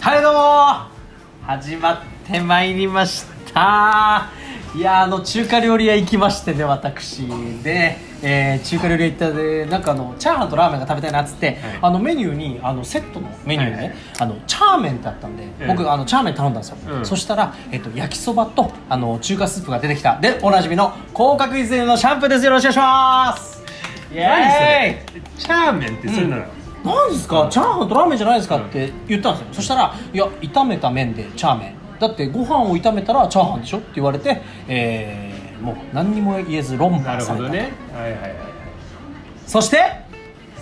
はいどうも始まってまいりましたいやーあの中華料理屋行きましてね私で、えー中華料理屋行ったでなんかあのチャーハンとラーメンが食べたいなっつって、はいあのメニューにあのセットのメニューにね、はいはいあのチャーメンってあったんで、ええ僕あのチャーメン頼んだんですよ、うんそしたら、えっと焼きそばとあの中華スープが出てきたでおなじみの甲殻以前のシャンプーですよろしくお願いしますイエ何そーイれチャーメンってそういうのなの何ですかチャーハンとラーメンじゃないですかって言ったんですよそしたら「いや炒めた麺でチャーメンだってご飯を炒めたらチャーハンでしょ」って言われて、えーもう何にも言えず論な破るさほれたどねはいはいはいそして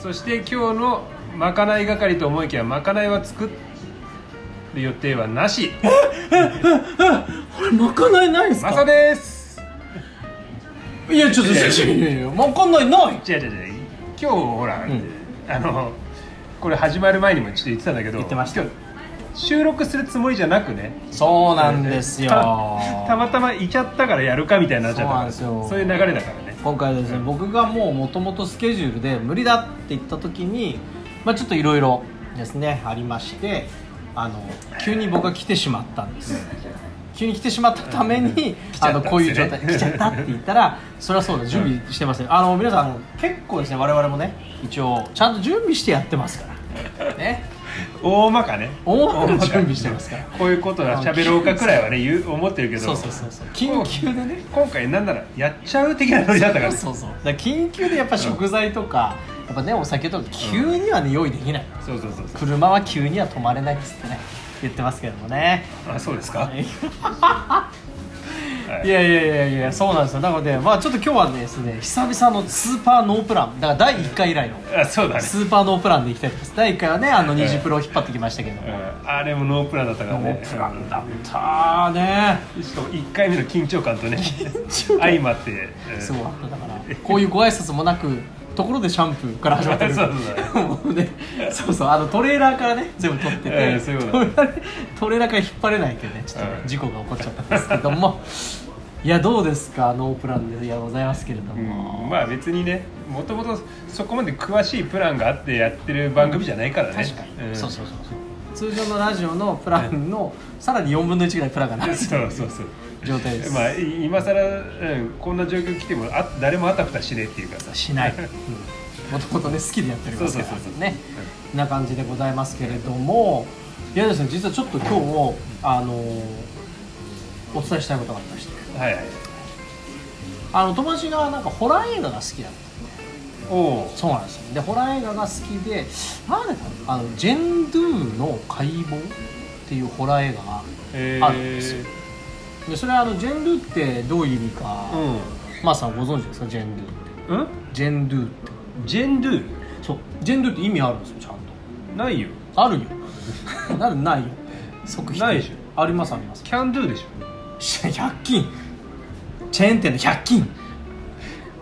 そして今日のまかない係と思いきやまかないは作る予定はなしあれまかないないんですマサかですいやちょっといやいやいやまかないない違う違う違う今日ほら、んあのこれ始まる前にもちょっと言ってたんだけど言ってました今日収録するつもりじゃなくねそうなんですよた たまたまいちゃったからやるかみたいになっちゃったからそうなんですよそういう流れだからね今回はですね僕がもうもともとスケジュールで無理だって言った時に、まあ、ちょっといろいろですねありましてあの急に僕が来てしまったんです急に来てしまったためにちあゃのったんですねこういう状態来ちゃったって言ったらそれはそうだ準備してますねあの皆さんあの結構ですね我々もね一応ちゃんと準備してやってます からね大まかね大まかに大準備してますからこういうことは喋ろうかくらいはね言う思ってるけどそうそうそうそう緊急でね今回なんならやっちゃう的なノリだったからそうそうだから緊急でやっぱ食材とか、やっぱねお酒とか急にはね用意できない、そうそうそうそう車は急には止まれないっつってね言ってますけどもねあそうですか、はいいやいやいやいやそうなんですよなのでまあちょっと今日はねですね久々のスーパーノープランだから第1回以来のあそうだね、スーパーノープランでいきたいと思います第1回はねあのええニジプロを引っ張ってきましたけどうも、ん、あれもノープランだったからノねープランだったねうんしかも1回目の緊張感とね張感相まって、うんすごかっただからこういうご挨拶もなくところでシャンプーから始まってる そうもうねそうそうあのトレーラーからね全部取ってて、ええそういうことトレーラートレーラーから引っ張れないっていうねちょっとねうん事故が起こっちゃったんですけどもいやどうですかノープランでいやございますけれども、うんまあ別にねもともとそこまで詳しいプランがあってやってる番組じゃないからね確かに、んそうそうそうそう通常のラジオのプランのさらに4分の1ぐらいプランがないそうそうそう状態です、 まあい今更、うん、こんな状況来てもあ誰もあたふたしねえっていうかさしないもともとね好きでやっておりますからそうそうそうそうねな感じでございますけれどもいやですね実はちょっと今日もあのお伝えしたいことがありましてはいはいあの友達がなんかホラー映画が好きだったおおそうなんですよでホラー映画が好きでなんでかなあのジェンドゥの解剖っていうホラー映画があえるんですよでそれはあのジェンドゥってどういう意味か、まあさんご存知ですかジェンドゥってうん、うん、ジェンドゥってジェンドゥそうジェンドゥって意味あるんですよちゃんとないよあるよ なんでないよ即否定ないでしありますありますキャンドゥでし100均チェーン店の100均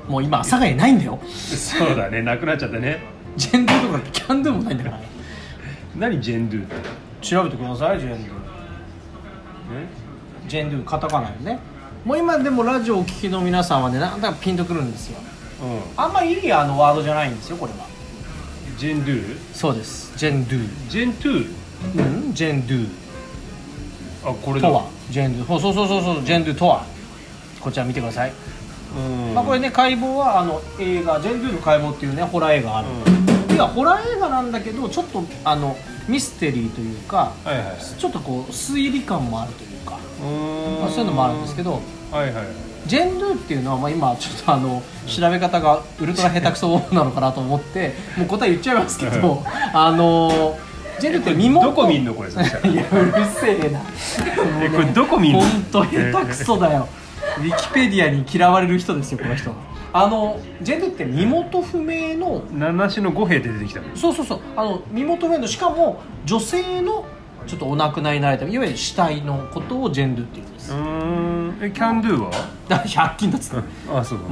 もう今阿佐ヶ谷ないんだよょそうだねなくなっちゃったねジェンドゥとかキャンドゥもないんだから何ジェンドゥって調べてくださいジェンドゥジェンドゥカタカナよねもう今でもラジオをお聞きの皆さんはねなんだかピンとくるんですようあんまいいあのワードじゃないんですよこれはんジェンドゥそうですジェンドゥジェントゥうんジェンドゥあこれだとはジェンドゥそうそうそうそうジェンドゥとはこちら見てくださいうんまあ、これね解剖はあの映画「ジェンドゥの解剖」っていうねホラー映画ある、てかホラー映画なんだけどちょっとあのミステリーというかはいはいはいちょっとこう推理感もあるというか、うんまあ、そういうのもあるんですけどどはいはいジェンドゥっていうのは、まあ、今ちょっとあの調べ方がウルトラ下手くそなのかなと思ってもう答え言っちゃいますけどあのジェンドゥって身元どこ見んのこれそしたらいやうるせえなえこれどこ見んの本当下手くそだよウィキペディアに嫌われる人ですよこの人はあのジェンドゥって身元不明の七種の五兵で出てきたのそうそうそうあの身元不明のしかも女性のちょっとお亡くなりになられたいわゆる死体のことをジェンドゥって言うんですうんえキャンドゥはだから100均だっつって、 あそうだ、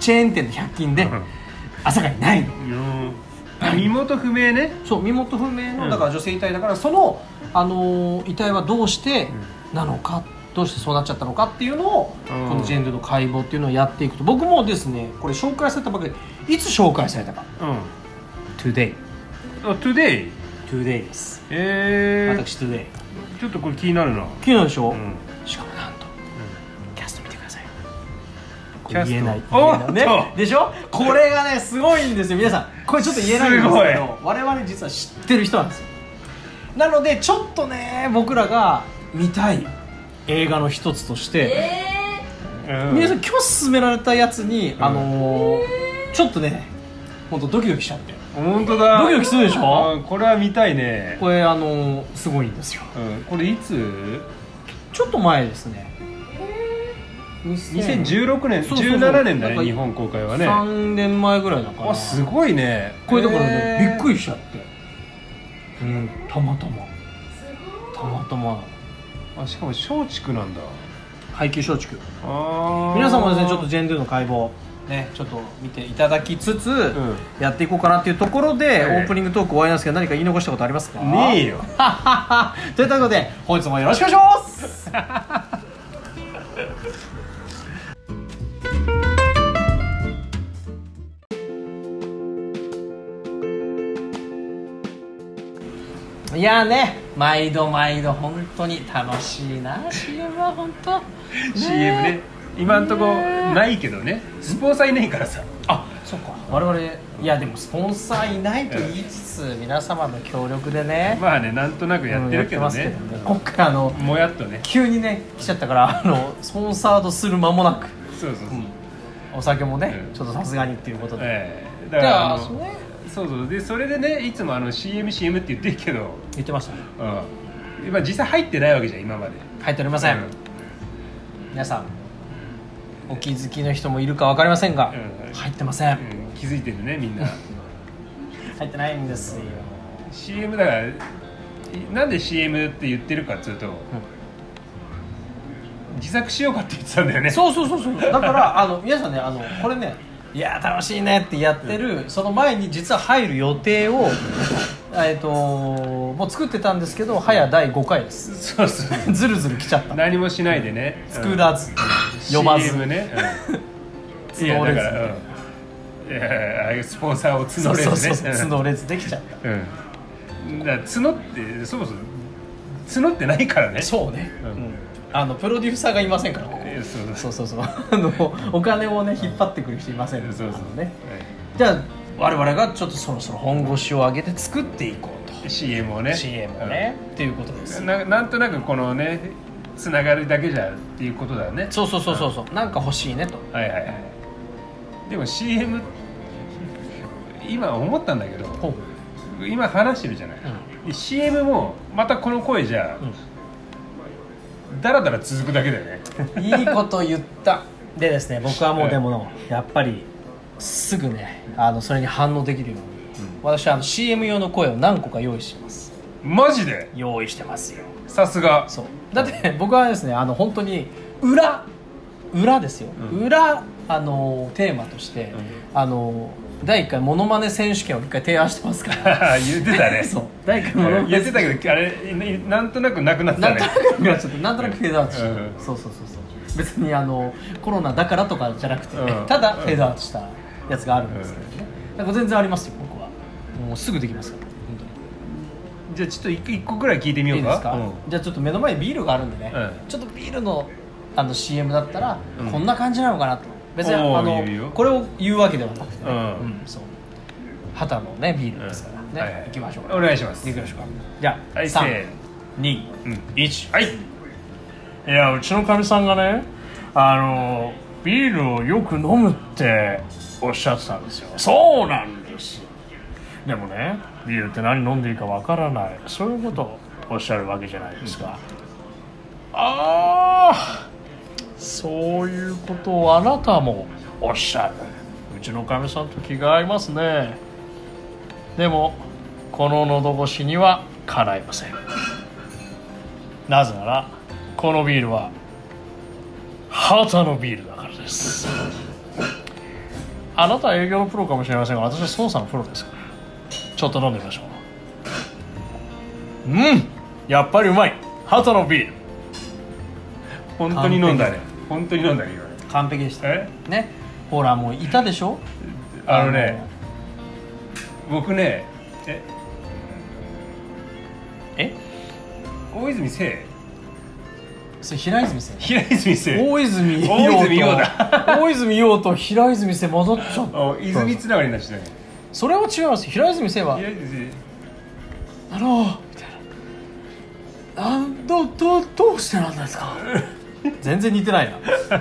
チェーン店の100均でうん朝霞にないのうんあ身元不明ねそう身元不明うのんだから女性遺体だからその、あのー遺体はどうしてなのか、どうしてそうなっちゃったのかっていうのを、うんこのジェンドゥの解剖っていうのをやっていくと僕もですねこれ紹介されたばかりいつ紹介されたかうん Today あ、トゥデイ Today トゥーデイですえー、私トゥーデイちょっとこれ気になるな、昨日でしょ、うんしかもなんとキャスト見てくださいこキャれスト言えないお言えないおっねとでしょこれがねすごいんですよ皆さんこれちょっと言えないんですけどすごい我々実は知ってる人なんですよなのでちょっとね僕らが見たい映画の一つとして、えうん皆さん今日勧められたやつに、んあのーちょっとね本当ドキドキしちゃって本当だドキドキするでしょうんこれは見たいねこれあのーすごいんですようん、これいつちょっと前ですね2016年そうそうそう17年だなんかね日本公開はねあ3年前ぐらいだからすごいねこれだからね、びっくりりしちゃってうんたまたまたまたまあしかも松竹なんだ配給松竹あー皆さんもですねちょっとジェンドゥの解剖ねちょっと見ていただきつつ、んやっていこうかなっていうところで、はオいープニングトーク終わりなんですけど何か言い残したことありますかねえよ ということで本日もよろしくお願いします いやーね毎度毎度本当に楽しいな CM は本当 CM ね今んとこないけどねスポンサーいないからさあそうか我々いやでもスポンサーいないと言いつつ、皆様の協力でね、まあねなんとなくやってるけどね,、やってますけどね今回あのもやっとね急にね来ちゃったからあ のスポンサードする間もなくそうそうそう、お酒もね、うんちょっとさすがにっていうことで、ええだじからゃああのそそうれそうでそれでねいつもあの CMCM って言ってるけど、言ってましたねうん、今実際入ってないわけじゃん今まで入っておりません、うん皆さんお気づきの人もいるか分かりませんが、うん入ってません、うん気づいてるねみんな入ってないんですよ CM だからいなんで CM って言ってるかっつうと、自作しようかって言ってたんだよねそうそうそうそうだからあの皆さんねあのこれねいやー楽しいねってやってる、その前に実は入る予定をえっともう作ってたんですけど早第5回ですそうそうずるずる来ちゃった何もしないでね作らず読まず CM ね、うん、いや募だれずから、うん、いやあれスポンサーを募それるねうそうそううん募れずできちゃっうん、だから募ってそもそも募ってないからねたそうね、うんうんあのプロデューサーがいませんからここえそうそうそうそうそうあのお金をね引っ張ってくる人いませんそうそうあのねはじゃあ我々がちょっとそろそろ本腰を上げて作っていこうい CM をねと CM をね、っていうことですうんななんとなくこのねつながるだけじゃっていうことだよねそうそうそうそうそうなんか欲しいねとはいはいはいでも CM 今思ったんだけどほう今話してるじゃない、うで CM もまたこの声じゃ、だらだら続くだけだよねいいこと言ったでですね僕はもはういでもやっぱりすぐねあのそれに反応できるように、私はあの CM 用の声を何個か用意してますマジで用意してますよさすがそうだって 僕はですねあの本当に裏裏ですよ、裏あのテーマとして、あの第1回モノマネ選手権を一回提案してますから 言ってたねそう第1回うモノんマネ言ってたけどあれなんとなくなくなったなんねとなくなっちゃってなんとなくフェードアウトした、うんそうそうそうそう別にあのコロナだからとかじゃなくて、うんただフェードアウトしたやつがあるんですけどね、なんか全然ありますよ僕はもうすぐできますから本当にじゃあちょっと一個一個ぐらい聞いてみよいういかですか、うんじゃあちょっと目の前にビールがあるんでね、うんちょっとビールのあの CM だったらうんこんな感じなのかなと別にあおーのいいよこれを言うわけではなくてね、うんうんそう旗のねビールですからね、うんはいはい行きましょうお願いします行きましょうかじゃあ、はいせ3ーの2うん1はいいやうちのかみさんがねあのビールをよく飲むっておっしゃってたんですよそうなんですでもねビールって何飲んでいいかわからないそういうことをおっしゃるわけじゃないですか、ああそういうことをあなたもおっしゃるうちのかみさんと気が合いますねでもこの喉越しにはかないませんなぜならこのビールは旗のビールだからですあなたは営業のプロかもしれませんが私は操作のプロですからちょっと飲んでみましょううんやっぱりうまい旗のビール本当に飲んだね本当に飲んだね今ね完璧でしえねほらもういたでしょあのね僕ねええ大泉聖それ平泉さん平泉聖大泉洋と大泉洋だ 大泉洋と平泉聖戻っちゃったあ泉つながりになっちゃっそれは違います平泉聖たはね平泉あのーみたいななんどどどうしてなんですか全然似てない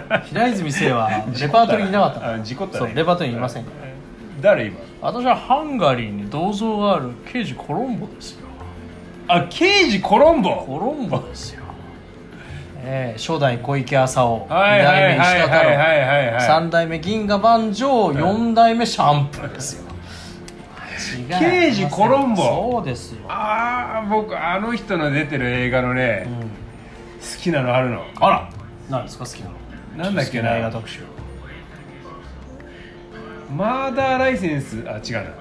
な平泉聖は レパートリーにいなかったあ事故ったねそうレパートリーにいません誰今私はハンガリーに銅像がある刑事コロンボですよあ刑事コロンボコロンボですよ、ええ初代小池朝雄二はいはいは代い目はい石田は太いは郎いはい三代目銀河万丈四代目シャンプーですよ違いますよ刑事コロンボそうですよ、ああ僕あの人の出てる映画のね、うん好きなのあるのあら何ですか好きなのなんだっけな好き映画特集マーダーライセンスあ違うないやいっ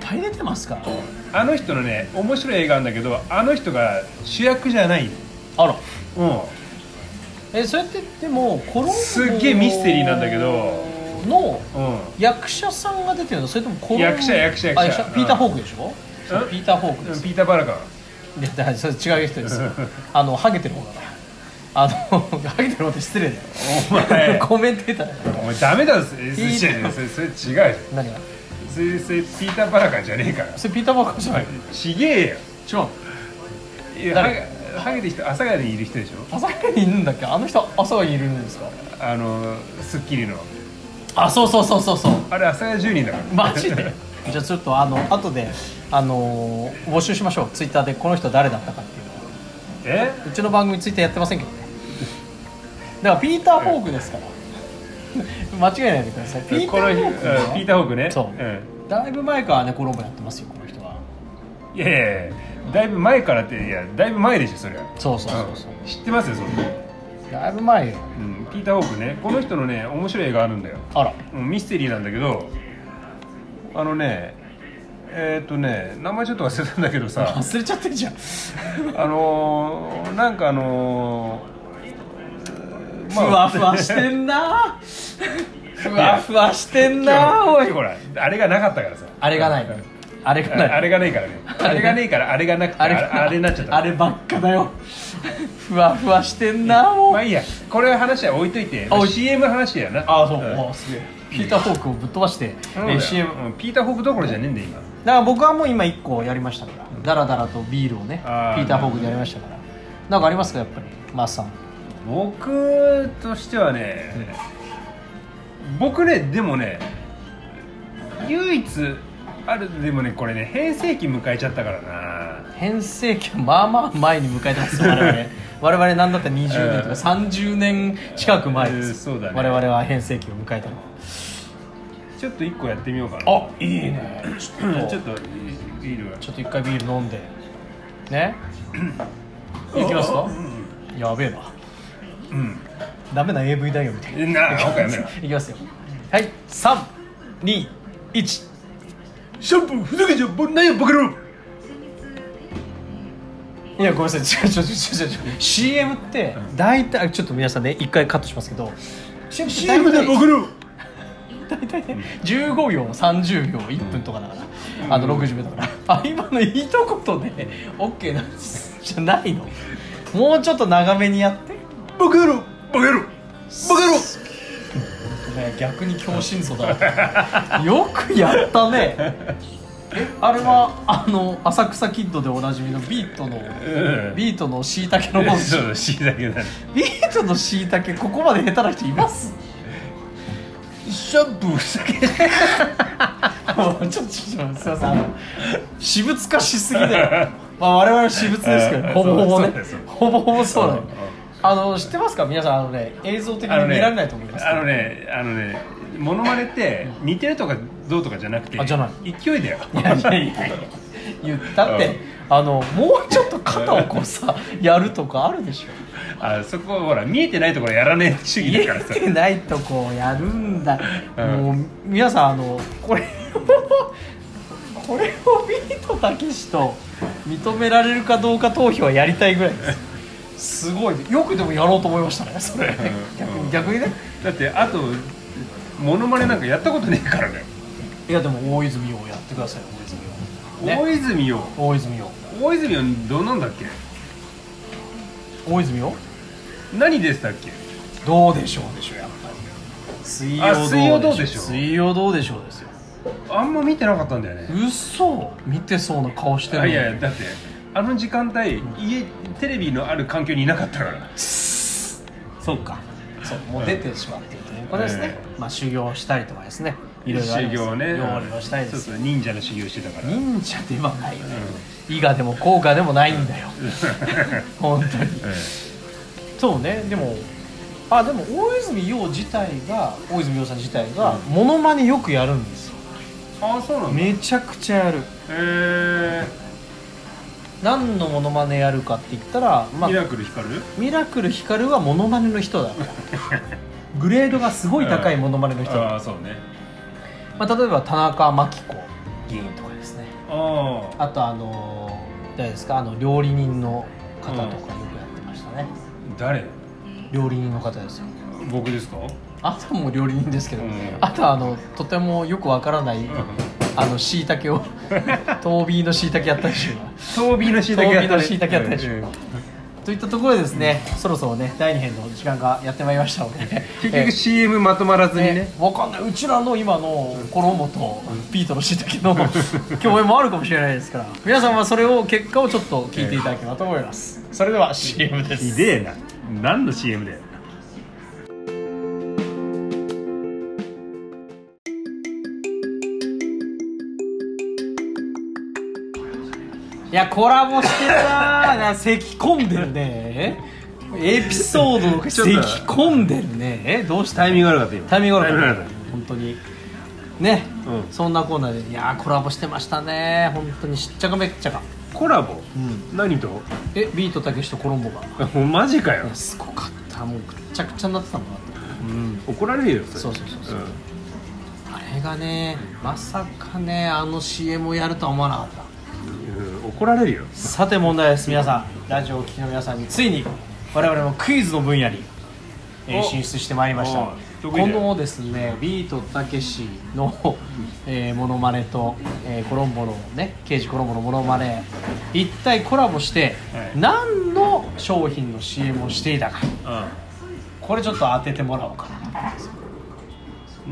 ぱい出てますからあの人のね面白い映画なんだけどあの人が主役じゃないあらうんえそれってでもコロンボすっげえミステリーなんだけどのうん役者さんが出てるのそれともコロンボ役者役者役者あうんピーター・ホークでしょうんピーター・ホークですピーター・バラカンいやだからそれ違う人です よあのハゲてる方だからあの ハゲてる方って失礼だよお 前コメンテーターだよお前ダメだぞそれそれピーターそれそれ違う何がそれそれピーター・バラカンじゃねえからそれピーター・ホークじゃないちげえよ違うのいや誰ハゲハゲて人朝霞にいる人でしょ朝霞にいるんだっけあの人朝霞にいるんですかあの『スッキリ』のあそうそうそうそうそうあれ朝霞住人だからマジでじゃあちょっとあの後であのー募集しましょうツイッターでこの人誰だったかっていうのを えうちの番組ツイッターやってませんけどねだからピーター・ホークですから 間違えないでくださいピータこのー・日ホうんークはピーター・ホークねそうんだいぶ前からねコロンボやってますよこの人はいやいやいやだいぶ前からっていやだいぶ前でしょそれはそうそうそうそううん知ってますよそんなのだいぶ前ようんピーター・ホークねこの人のね面白い映画あるんだよあらうんミステリーなんだけどあのねえーっ、とね名前ちょっと忘れたんだけ どさ忘れちゃってるじゃんあのー、なんかあのー、ふわふわしてんなふわふわしてんななおおいいこれあれがなかったからさあれがないうんあれがないあれがねえからねあれがねえからあれがなくてあれあれになっちゃったあればっかだよふわふわしてんなもう、まあいいやこれ話は置いといてあおい CM の話やなああそう、んおーすげえピーター・ホークをぶっ飛ばして、そうだえよー CM だかうんピーター・ホークどころじゃねえんだよ今ら僕はもう今1個やりましたからダラダラとビールをねあーピーター・ホークでやりましたからなんかありますかやっぱりマースさん僕としてはね、僕ねでもね唯一あるでもねこれね変成期迎えちゃったからな変成期はまあまあ前に迎えてますよ我々我々何だったら20年とか30年近く前です、うんそうだね我々は変成期を迎えたのちょっと一個やってみようかなあいいねちょうんっちょとっとビールはちょっと一回ビール飲んでねいきますかやべえなうんダメな AV 大学みたいなえ なあほかやめろいきますよはい321シャンプーふざけちゃぼなんやバカ野郎いやごめんなさい違う違う違う違う違う CM って大体ちょっと皆さんね一回カットしますけど CM って大 CM だ体バカ野郎大体ね15秒30秒1分とかだからあの60秒だから あ今の一言で OK なんですじゃないのもうちょっと長めにやってバカ野郎バカ野郎バカ野郎ごめん逆に強心臓だな よくやったねえあれはあの浅草キッドでおなじみのビートのうんビートのしいたけの本そうしいだけだねビートのしいたけここまで下手な人いますシャンプーふざけもうちょっとちょっとすいませんあの私物化しすぎだよまあ我々は私物ですけどあほぼほぼねそうそうそうほぼほぼそうなのうんうんあの知ってますか皆さんあのね映像的に見られないと思いますけあどのねあのねモノマネって似てるとかどうとかじゃなくてあじゃな勢いだよいやいやいやいや言ったって、あのもうちょっと肩をこうさやるとかあるでしょあそこほら見えてないところやらねえ主見義だかえらさてないとこをやるんだ、うんもう皆さんあのこれをこれをビートたけしと認められるかどうか投票はやりたいぐらいですすごいよくでもやろうと思いましたねそれ、逆うんに逆にねだってあとモノマネなんかやったことねえからだよいやでも大泉洋やってくださいよ大泉洋、ね、大泉洋大泉洋大泉はどうなんだっけ大泉を何でしたっけどうでしょうでしょうやっぱり水あ水曜曜どどううででししょょうう水曜どうでしょうですよあんま見てなかったんだよね嘘見てそうな顔してるあのいにやいやだってあの時間帯家テレビのある環境にいなかったからそうかそうもう出てしまっているということですね、えまあ修行したりとかですねいろいろあり修ます行ね料理をしたいでそうすそう忍者の修行してたから忍者ではないよね、伊賀でも甲賀でもないんだよ、本当に えそうねでもあでも大泉洋自体が大泉洋さん自体がうんモノマネよくやるんですよ、えあそうなんだへめちゃくちゃやるえ何のモノマネやるかって言ったら、まあミ、ラクル光るミラクルヒカルはモノマネの 人だグレードがすごい高いモノマネの人だああそうねまあ、例えば田中真紀子議員とかですねあああとあのー誰ですかあの料理人の方とかよくやってましたね、誰料理人の方ですよ僕ですかあとはもう料理人ですけど、うんあとはあのとてもよくわからない、あのしいた けを遠火のしいたけやったりしま装備のしいたけ装備の椎茸やったでしょといったところでですね、そろそろね第2編の時間がやってまいりましたので結局 CM まとまらずにねわかんないうちらの今の衣とピートのしいたけ の共演もあるかもしれないですから皆さんはそれを結果をちょっと聞いていただければと思います、 それでは CM ですひでえな何の CM だよいやコラボしてたな咳込んでるねエピソードのちょっと咳込んでるねえどうしたタイミング悪かった今タイミング悪タかっイミング悪かた本当にね、うんそんなコーナーでいやーコラボしてましたね本当にしっちゃかめっちゃかコラボうん何と えビートたけしとコロンボがもうマジかよいやすごかったもうぐっちゃぐちゃになってたもんな怒られるよそれそうそうそうそうんあれがねまさかねあの CM をやるとは思わなかったうん怒られるよさて問題です皆さんラジオをお聞きの皆さんについに我々もクイズの分野にえーお進出してまいりましおた得意だこよのですねビートたけしの、えー、モノマネと、えーコロンボのね刑事コロンボのモノマネ一体コラボして、はい何の商品の CM をしていたかこれちょっと当ててもらおうか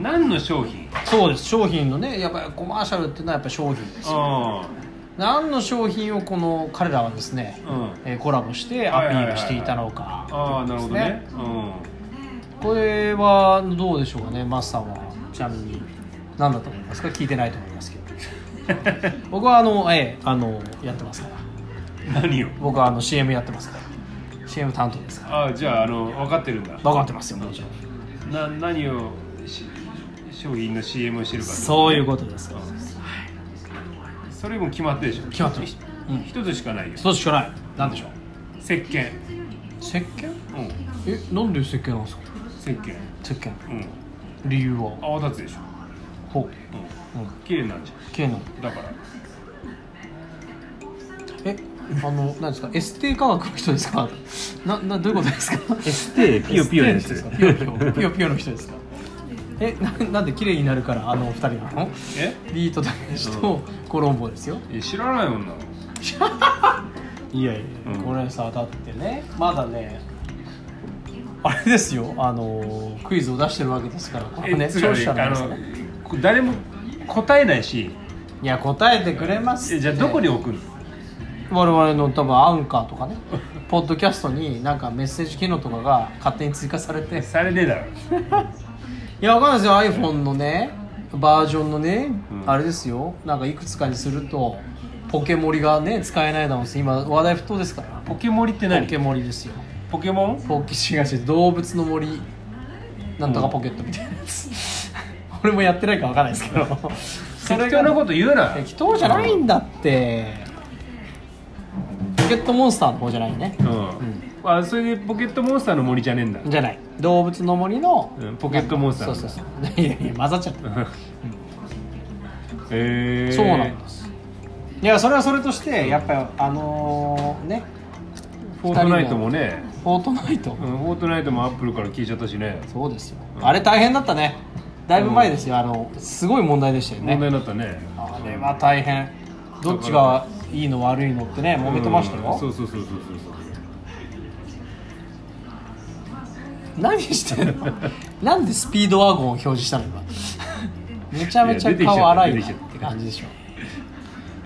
な何の商品そうです商品のねやっぱりコマーシャルっていうのはやっぱ商品ですよあ何の商品をこの彼らはですね、うんえーコラボしてアピールしていたのか、ああなるほどねでうこれはどうでしょうかねマスさんはちなみに何だと思いますか聞いてないと思いますけど 僕はあのええあのやってますからん何を僕はあの CM やってますから CM 担当ですからああじゃああの分かってるんだ分かってますよもちろんな何をし商品の CM をしてるかそういうことですうからんそれも決まってるでしょ決まってますうん一つしかないよ一つしかない何でしょう石鹸石鹸うんえなんで石鹸なんですか石鹸石鹸うん理由は泡立つでしょほうううんん綺麗になるじゃ綺麗なんだからえあの何ですかエステ科学の人ですかななどういうことですかステピヨピヨのやつピヨピヨピヨピヨの人ですかえななんで綺麗になるからあのお二人なのえビートたけしとコロンボですよえ知らないもんないやいやうんこれさだってねまだねあれですよあのクイズを出してるわけですからこれねえつま消り費者あのの皆さんこ誰も答えないしいや答えてくれますえってじゃあどこに置くの我々の多分アンカーとか ねポッドキャストになんかメッセージ機能とかが勝手に追加されてされねえだろいやわかんないですよ iPhone のねバージョンのね、うんあれですよなんかいくつかにするとポケモリがね使えないだろうし今話題沸騰ですからポケモリってポ何ケモリですよポケモンポケ違う違う動物の森なんとかポケットみたいなやつ、 俺もやってないかわかんないですけどそ 適当なこと言うな適当じゃないんだってポケットモンスターの方じゃないねうんあそれでポケットモンスターの森じゃねえんだじゃない動物の森の、うんポケットモンスターそうそうそういやいや混ざっちゃった へえそうなんですいやそれはそれとしてやっぱりあのーねフォートナイトもねフォートナイト、うんフォートナイトもアップルから聞いちゃったしねそうですよ、うんあれ大変だったねだいぶ前ですよ、あのすごい問題でしたよね問題になったねあれは大変どっちがいいの悪いのってね揉めてましたうんそようそうそうそうそう何してんのなんでスピードワゴンを表示したの今めちゃめちゃ顔荒いいや出てなきちゃったって感じでしょ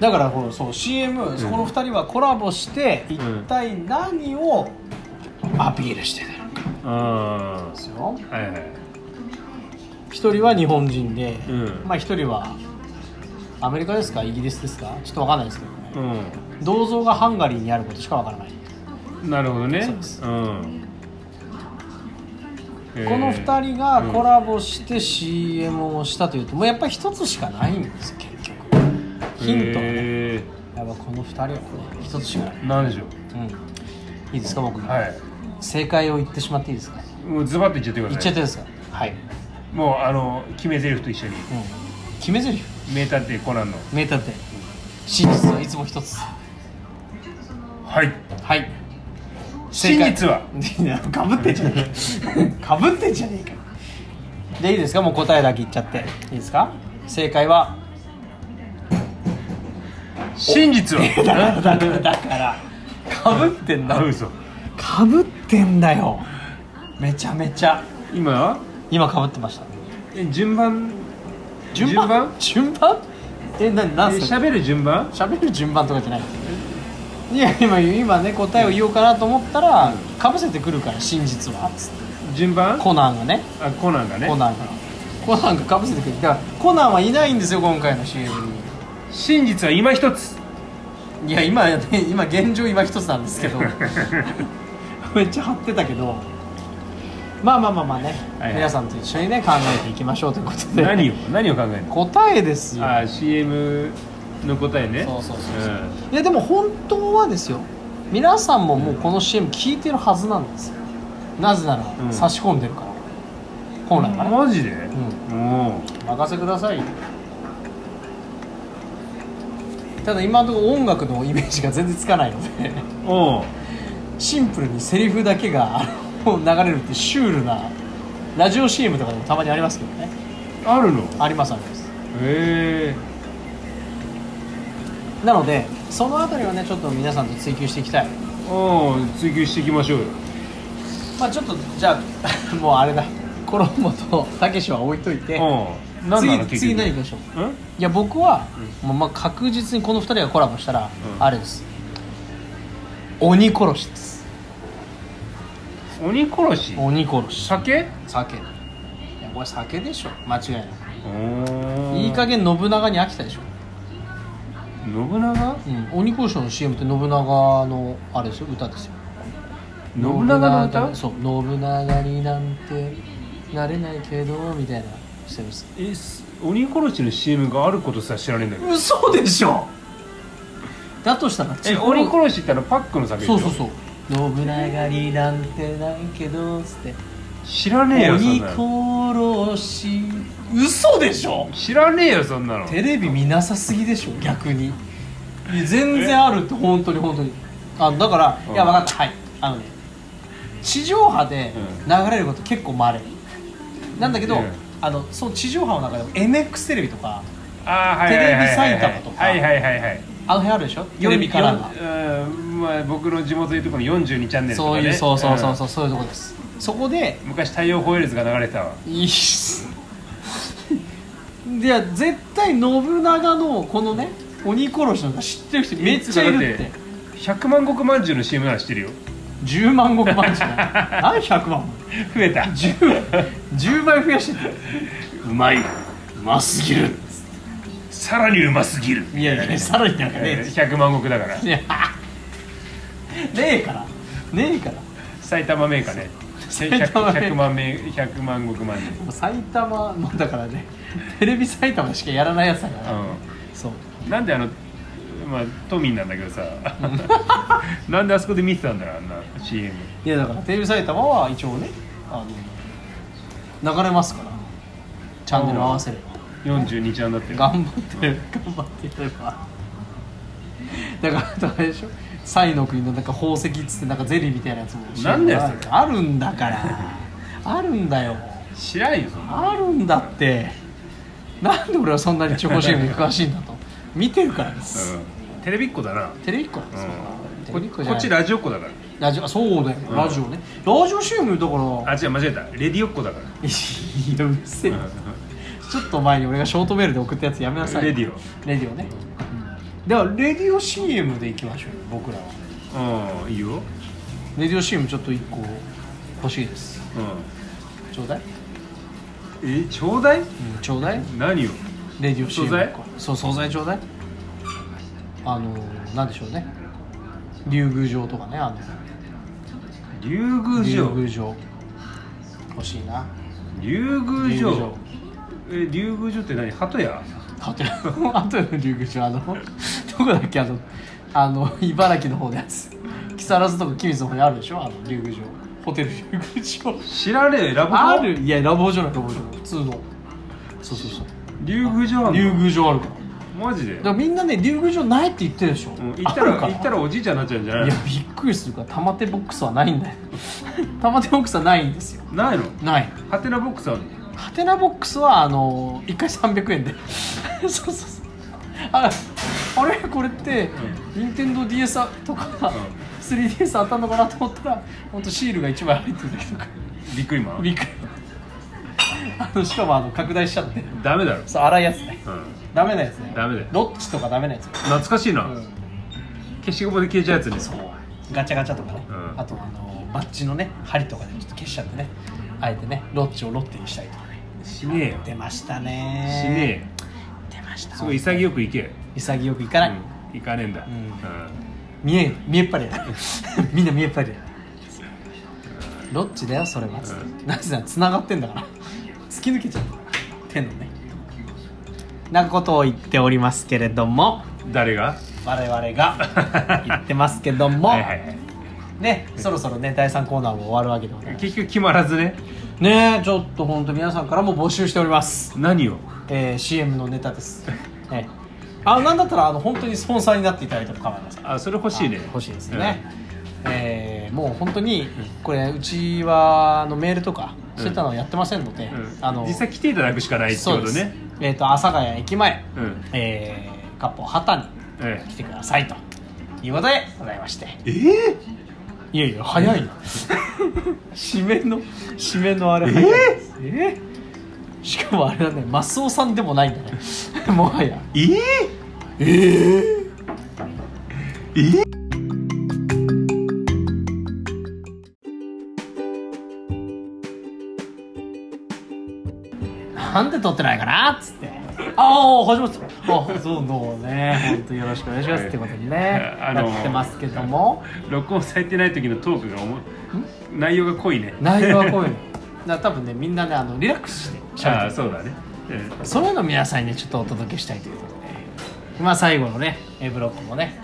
だからほらそう CM そこの2人はコラボして一体何をアピールしてたのかそうあですよあはいはい一人は日本人で、うんまあ一人はアメリカですかイギリスですかちょっとわかんないですけどねう銅像がハンガリーにあることしかわからない、んなるほどねそうですんえーこの2人がコラボして CM をしたというともうやっぱり一つしかないんです結局ヒントはね、えやっぱこの2人はね一つしかない、ーなんでしょうん、いいですか僕、うはい正解を言ってしまっていいですかもうズバッと言っちゃってください言っちゃっていいですかはい、うん、もうあの決め台詞と一緒に決め台詞名探偵コナンの名探偵真実はいつも一つはいはい真 実はいやかぶってんじゃねえかかぶってんじゃねえかでいいですかもう答えだけ言っちゃっていいですか正解 は真実だはからだからだからかぶってんだあ嘘かぶってんだよめちゃめちゃ今今かぶってましたえ順番順番順番えなえ何すか喋る順番しゃべる順番とかじゃないいや今今ね答えを言おうかなと思ったらかぶせてくるから真実はつって順番コナンがねあコナンがねコナンがコナンがかぶせてくるだからコナンはいないんですよ今回の CM 真実は今 一つにいや今、ね、今現状今一つなんですけど めっちゃ張ってたけどまあまあまあまあね、はいはい皆さんと一緒にね考えていきましょうということで何を何を考えるの答えですよあ CM の答えねそうそうそうそうういやでも本当はですよ皆さんももうこの CM 聞いてるはずなんですよなぜなうらん差し込んでるから、本来はねんマジでうも任せくださいよただ今のところ音楽のイメージが全然つかないのでうんおうシンプルにセリフだけがあの流れるってシュールなラジオ CM とかでもたまにありますけどねあるのありますありますへえなのでそのあたりはねちょっと皆さんと追求していきたいおう追求していきましょうよまあちょっとじゃあもうあれだ 衣とたけしは置いといておう何なの次結次局何いきましょううんいや僕は、もうまあ確実にこの2人がコラボしたら、うんあれです鬼殺しです鬼殺し鬼殺し酒酒いやこれ酒でしょ間違いない、いいい加減信長に飽きたでしょ、信長うん、鬼殺しの CM って信長のあれですよ歌ですよ信長の歌そう信長になんてなれないけどみたいなしてるんですえす鬼殺しの CM があることさえ知らねえんだけど嘘でしょだとしたらえ鬼殺しってあのパックの酒でしそょうそうそう信長になんてないけどつって知らねえよそんなの鬼殺し嘘でしょ知らねえよそんなのテレビ見なさすぎでしょ逆にいや全然あるって本当に本当にあだから、うんいや分かったはいあのね地上波で流れること結構まれ、なんだけど、うんあのその地上波の中でも MX テレビとかあーはいはいはいはいテレビ埼玉とかはいはいはいはいあの辺あるでしょテレビからがよんうんまあ僕の地元でいうとこの42チャンネルとかそうねいうそうそうそううそうそういうとこですそこでん昔太陽ホエールズが流れてたわいいっすいや絶対信長のこのね鬼殺しのか知ってる人めっちゃいるっいてつ百万石まんじゅうの CM なら知ってるよ10万石万 じゃない何100万増えた 10, 10倍増やしてうまいうますぎるさらにうますぎるいやいやさらになんかえねー百万石だからえいやねえからねえから埼玉メーカーね埼玉銘菓100万名100万石万人、埼玉のだからねテレビ埼玉しかやらないやつだから、そううん、なんであのまあ都民なんだけど さなんであそこで見てたんだろうあんな CM いやだからテレビ埼玉は一応ねあの流れますからチャンネル合わせれば42ちゃんだって頑張ってる頑張ってればだからあれでしょサイの国のなんか宝石っつってなんかゼリーみたいなやつもなんだよそれあるんだからあるんだよ知らんよそんなあるんだってなんで俺はそんなに地方 CM に詳しいんだと見てるからです、うテレビっ子だな、テレビっ子なんですよ、テうレビん、っこ子じゃこないっちラジオっ子だからラジオあそうだよ、うんラジオねラジオ CM だからあ違う間違えたレディオっ子だからいやうっせえ、ちょっと前に俺がショートメールで送ったやつやめなさいレディレディオね、ではレディオ CM でいきましょうよ僕らはオうんいいよ、レディオ CM ちょっと一個欲しいですちょうだい、うん、えちょうだいうん、ちょうだい何をレディオ CM 惣菜そう惣菜ちょうだいあのなんでしょうね竜宮城とかねあ竜の宮竜宮城城欲しいな竜宮竜宮城城え竜宮城って何鳩屋あと あとの竜宮城あのどこだっけあのあの茨城の方のやつ木更津とか君津の方にあるでしょあの竜宮城ホテル竜宮城知らねえラブあるいやラボじゃないラボじゃない普通のそうそうそう竜宮城あんの竜宮城あるからマジで、だからみんなね竜宮城ないって言ってるでしょ、うん、行ったらあるか行ったらおじいちゃんになっちゃうんじゃないいのやびっくりするから玉手ボックスはないんだよ 玉手ボックスはないんですよないのないハテナボックスあるのハテナボックスはあの1回300円で そうそうそうああれこれって、任天堂 d s とか、3DS 当たんのかなと思ったら本当シールが1枚入ってるだけとかビックリマびンっくりあのしかもあの拡大しちゃってダメだろ、そう粗いやつねうん、ダメなやつねダメだよロッチとかダメなやつ、懐かしいな、うん消しゴムで消えちゃうやつねそうガチャガチャとかね、うんあとあのバッジのね針とかでちょっと消しちゃってねあえてねロッチをロッテにしたりとかねしねえよ出ましたしねねえ出ましたえすごい潔く行け潔くいかない、うん行かねえんだ、うんう見え見えっぱりや みんな見えっぱりやロッチだよそれは、うなぜならつながってんだから突き抜けちゃうてんのねなことを言っておりますけれどもん誰が我々 が言ってますけどもはいはいはいねそろそろね第3コーナーも終わるわけでございます結局決まらずねねえちょっと本当皆さんからも募集しております、何をえー、CM のネタ です、ええあなんだったらあの本当にスポンサーになっていただいても構いませんあそれ欲しいねあ欲しいですね、えーもう本当にこれうちはあのメールとかそういったのやってませんので、うんうんあの実際来ていただくしかないってそこうでとすねえっ、と阿佐ヶ谷駅前、うんえー、カッポ畑えに来てくださいということでございましてええいやいや早いな 締めの締めのあれ早いですえーしかもあれだねマスオさんでもないんだね もはやええええなんで撮ってないかなっつってああ始まったあそうどうね本当よろしくお願いしますってことにねあのーなってますけども録音されてない時のトークがおも内容が濃いね内容はこういうのだから多分ねみんなねあのリラックスして喋ああってそうだね、うんるそういうのを皆さんにねちょっとお届けしたいということでまあ最後のね A ブロックもね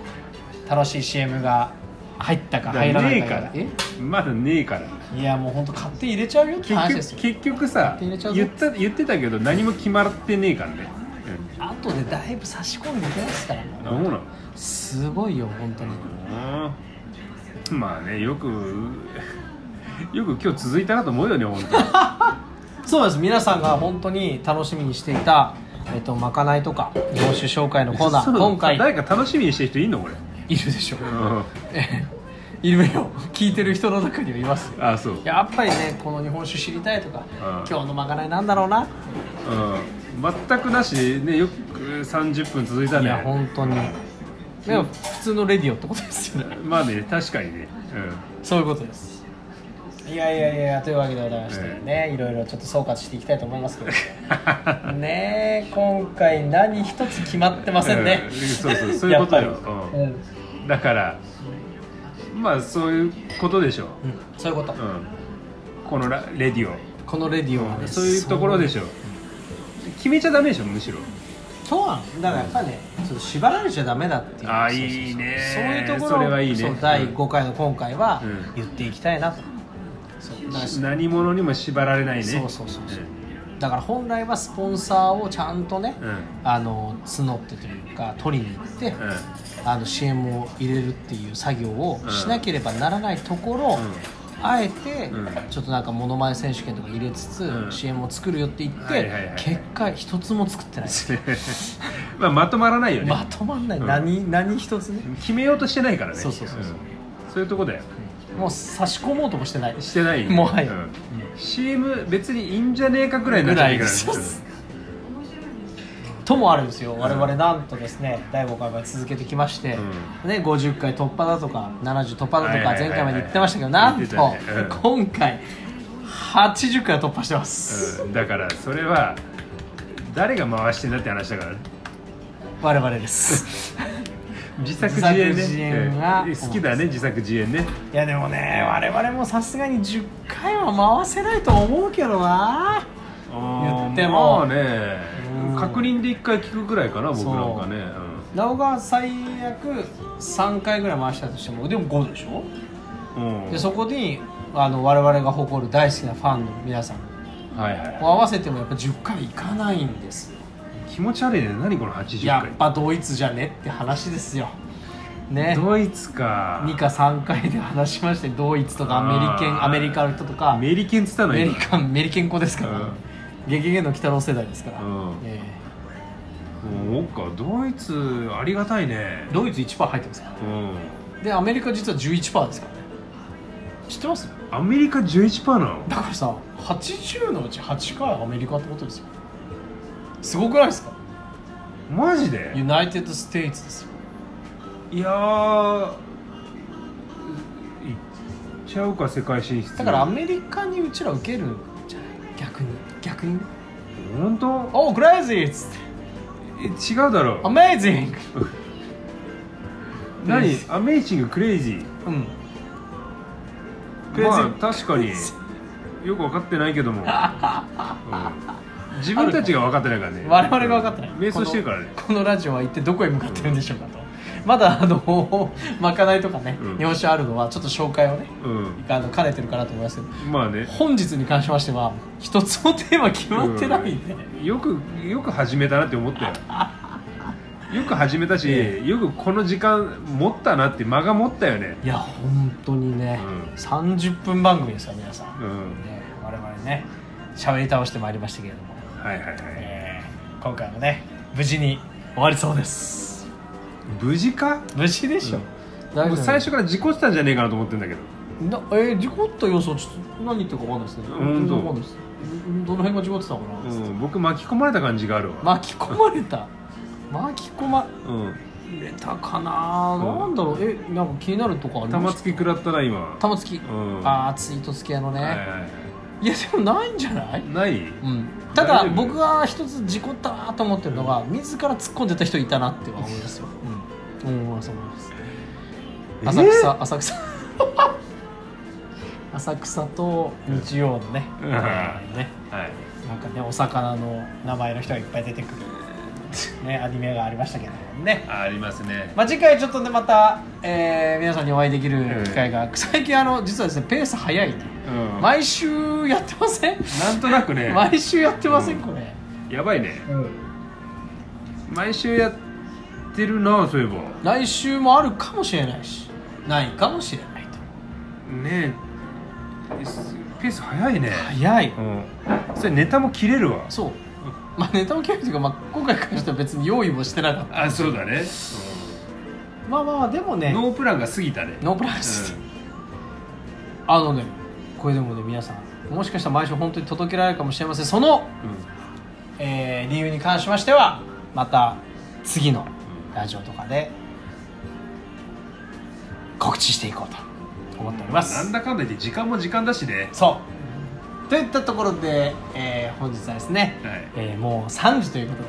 楽しい CM が入ったか入らないかねえからまだねえからえいやもう本当勝手に入れちゃうよって話で結す局よ結局さ手入れちゃうぞ言った言ってたけど何も決まってねえからね、あとでだいぶ差し込んでいきますからうもん、どうなのうすごいよ本当にうんまあねよくよく今日続いたなと思うよね本当にそうなんです皆さんが本当に楽しみにしていた、えっとまかないとか日本酒紹介のコーナそーう今回誰か楽しみにしてる人いんのこれ、いるでしょううん、いるよ聞いてる人の中にはいますよあそう、うん、やっぱりねこの日本酒知りたいとかああ今日のまかないなんだろうな、全くなしねよく30分続いたいねや本当にでも普通のレディオってことですよねまあね確かにね、そういうことですいやいやいやというわけでございましてええねいろいろちょっと総括していきたいと思いますけど ねえ今回何一つ決まってませんね、うんそうそうそういうことよやっぱりううんうん、だからまあそういうことでしょうんそういうこと、う、うん、このラレディオこのレディオはね、そういうところでしょ決めちゃダメでしょむしろそうなのだからやっぱねちょっと縛られちゃダメだっていうあーそうそうそういいねそういうところをそれはいいねそう第5回の今回はうん言っていきたいなと、そうだから何者にも縛られないねそうそうそうそううだから本来はスポンサーをちゃんとね、ん、 うんあの募ってというか取りに行って、あの CM を入れるっていう作業をしなければならないところ、あえて、うんちょっとなんかモノマネ選手権とか入れつつ、うん CM を作るよって言って、はいはいはい結果一つも作ってないうんまあ、まとまらないよ ね、まとまんない、うん何何一つね、決めようとしてないからねそうそうそうそうんそういうとこだよもう差し込もうともしてないしてないよもはやうん CM 別にいいんじゃねえかぐらいになっちゃってるからねぐらいですともあるんですよ我々なんとですね第5回まで続けてきまして、ね、50回突破だとか70突破だとかはいはいはいはい前回まで言ってましたけどなんと言ってたねうん今回80回突破してます、うんだからそれは誰が回してんだって話だから我々です 自作自演ね自作自演がうん好きだね自作自演ねいやでもね我々もさすがに10回は回せないと思うけどな言ってもまあねうん確認で一回聞くぐらいかな僕なんかねなおが最悪3回ぐらい回したとしてもでも5でしょうんうんでそこにあの我々が誇る大好きなファンの皆さんはいはいを合わせてもやっぱ10回いかないんですよ気持ち悪いね何この80や回っぱドイツじゃねって話ですよねドイツか2か3回で話しましてドイツとかアメリケあンーアメリカの人とかメリケンっつったアのメ今リカンメリケン子ですから、うんゲゲゲの鬼太郎世代ですから、うんえうんそっかドイツありがたいねえドイツ1%入ってますかうんらでアメリカ実は11%ですからね知ってますアメリカ11%なのだからさ80のうち8回アメリカってことですよすごくないですかマジユでナイテッド・ステイツですよいやーいっちゃうか世界進出だからアメリカにうちら受けるんじゃない逆に逆に本当「おおグレイジー!」っつってえ違うだろ「アメイジング!」 何アメイジングクレイジーうんクレイジまーあ確かによく分かってない けども、うん自分たちが分かってないからね我々が分かってない瞑想してるからねこのこのラジオは一体どこへ向かってるんでしょうかと、まだあの まかないとかね、うん日本酒あるのはちょっと紹介をねうんあの兼ねてるかなと思いますけどまあね本日に関しましては一つもテーマ決まってないんで、うんよくよく始めたなって思ったよよく始めたし、えよくこの時間持ったなって間が持ったよねいや本当にね、うん30分番組ですから皆さん、うんね、我々ね喋り倒してまいりましたけれども、はいはいはいえー今回もね無事に終わりそうです無事か無事でしょ、大丈も夫う最初から事故ってたんじゃねえかなと思ってんだけどなえー、事故った要素ちょっと何言ってるか分かんないですねうん全然わかんないですんどの辺が事故ってたのかな、うん、僕巻き込まれた感じがあるわ、巻き込まれた巻き込まうれたかな、うんなんだろうえなんか気になるとこあん、り玉ま突すき食らったな今、玉突き、うん、ああツイート付き屋のね、、はいはいはいやでもないんじゃないい、ないうん、ただ大丈夫僕が一つ事故ったなと思ってるのが自ら突っ込んでた人いたなっては思いますよ、うん、思います思います浅草、浅草 浅草と日曜のね,、うんねえーはいなんかねお魚の名前の人がいっぱい出てくる、ね、アニメがありましたけどね、ありますねまあ、次回ちょっとねまた、えー皆さんにお会いできる機会が、最近あの実はですねペース早いねうん毎週やってませんなんとなくね毎週やってませんうんこれ、やばいね毎週やってるなそういえば来週もあるかもしれないしないかもしれないとねえペース早いね、早いうん、それネタも切れるわそうまあネタも切るというか、まあ、今回に関しては別に用意もしてなかったあそうだね、まあまあでもうねん、ノープランが過ぎたねノープランですあのねこれでもね皆さんもしかしたら毎週本当に届けられるかもしれませんその、うんうんえー理由に関しましてはまた次のラジオとかで告知していこうと思っております、なんだかんだ言って時間も時間だしねそうといったところで、えー本日はですね、はいえーもう3時ということで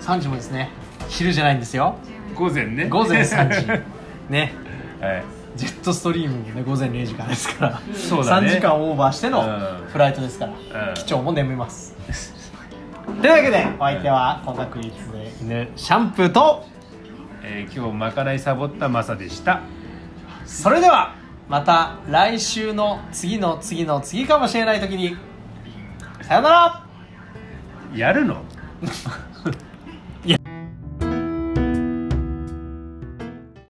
3時もですね昼じゃないんですよ午前ね午前3時 ねはいジェットストリームもね午前0時からですからそうだね3時間オーバーしてのうんフライトですから、うん機長も眠います というわけでお相手はこんなクイズで犬シャンプーとえー今日まかないサボったマサでしたそれではまた来週の次の次の次かもしれない時にさよならやるの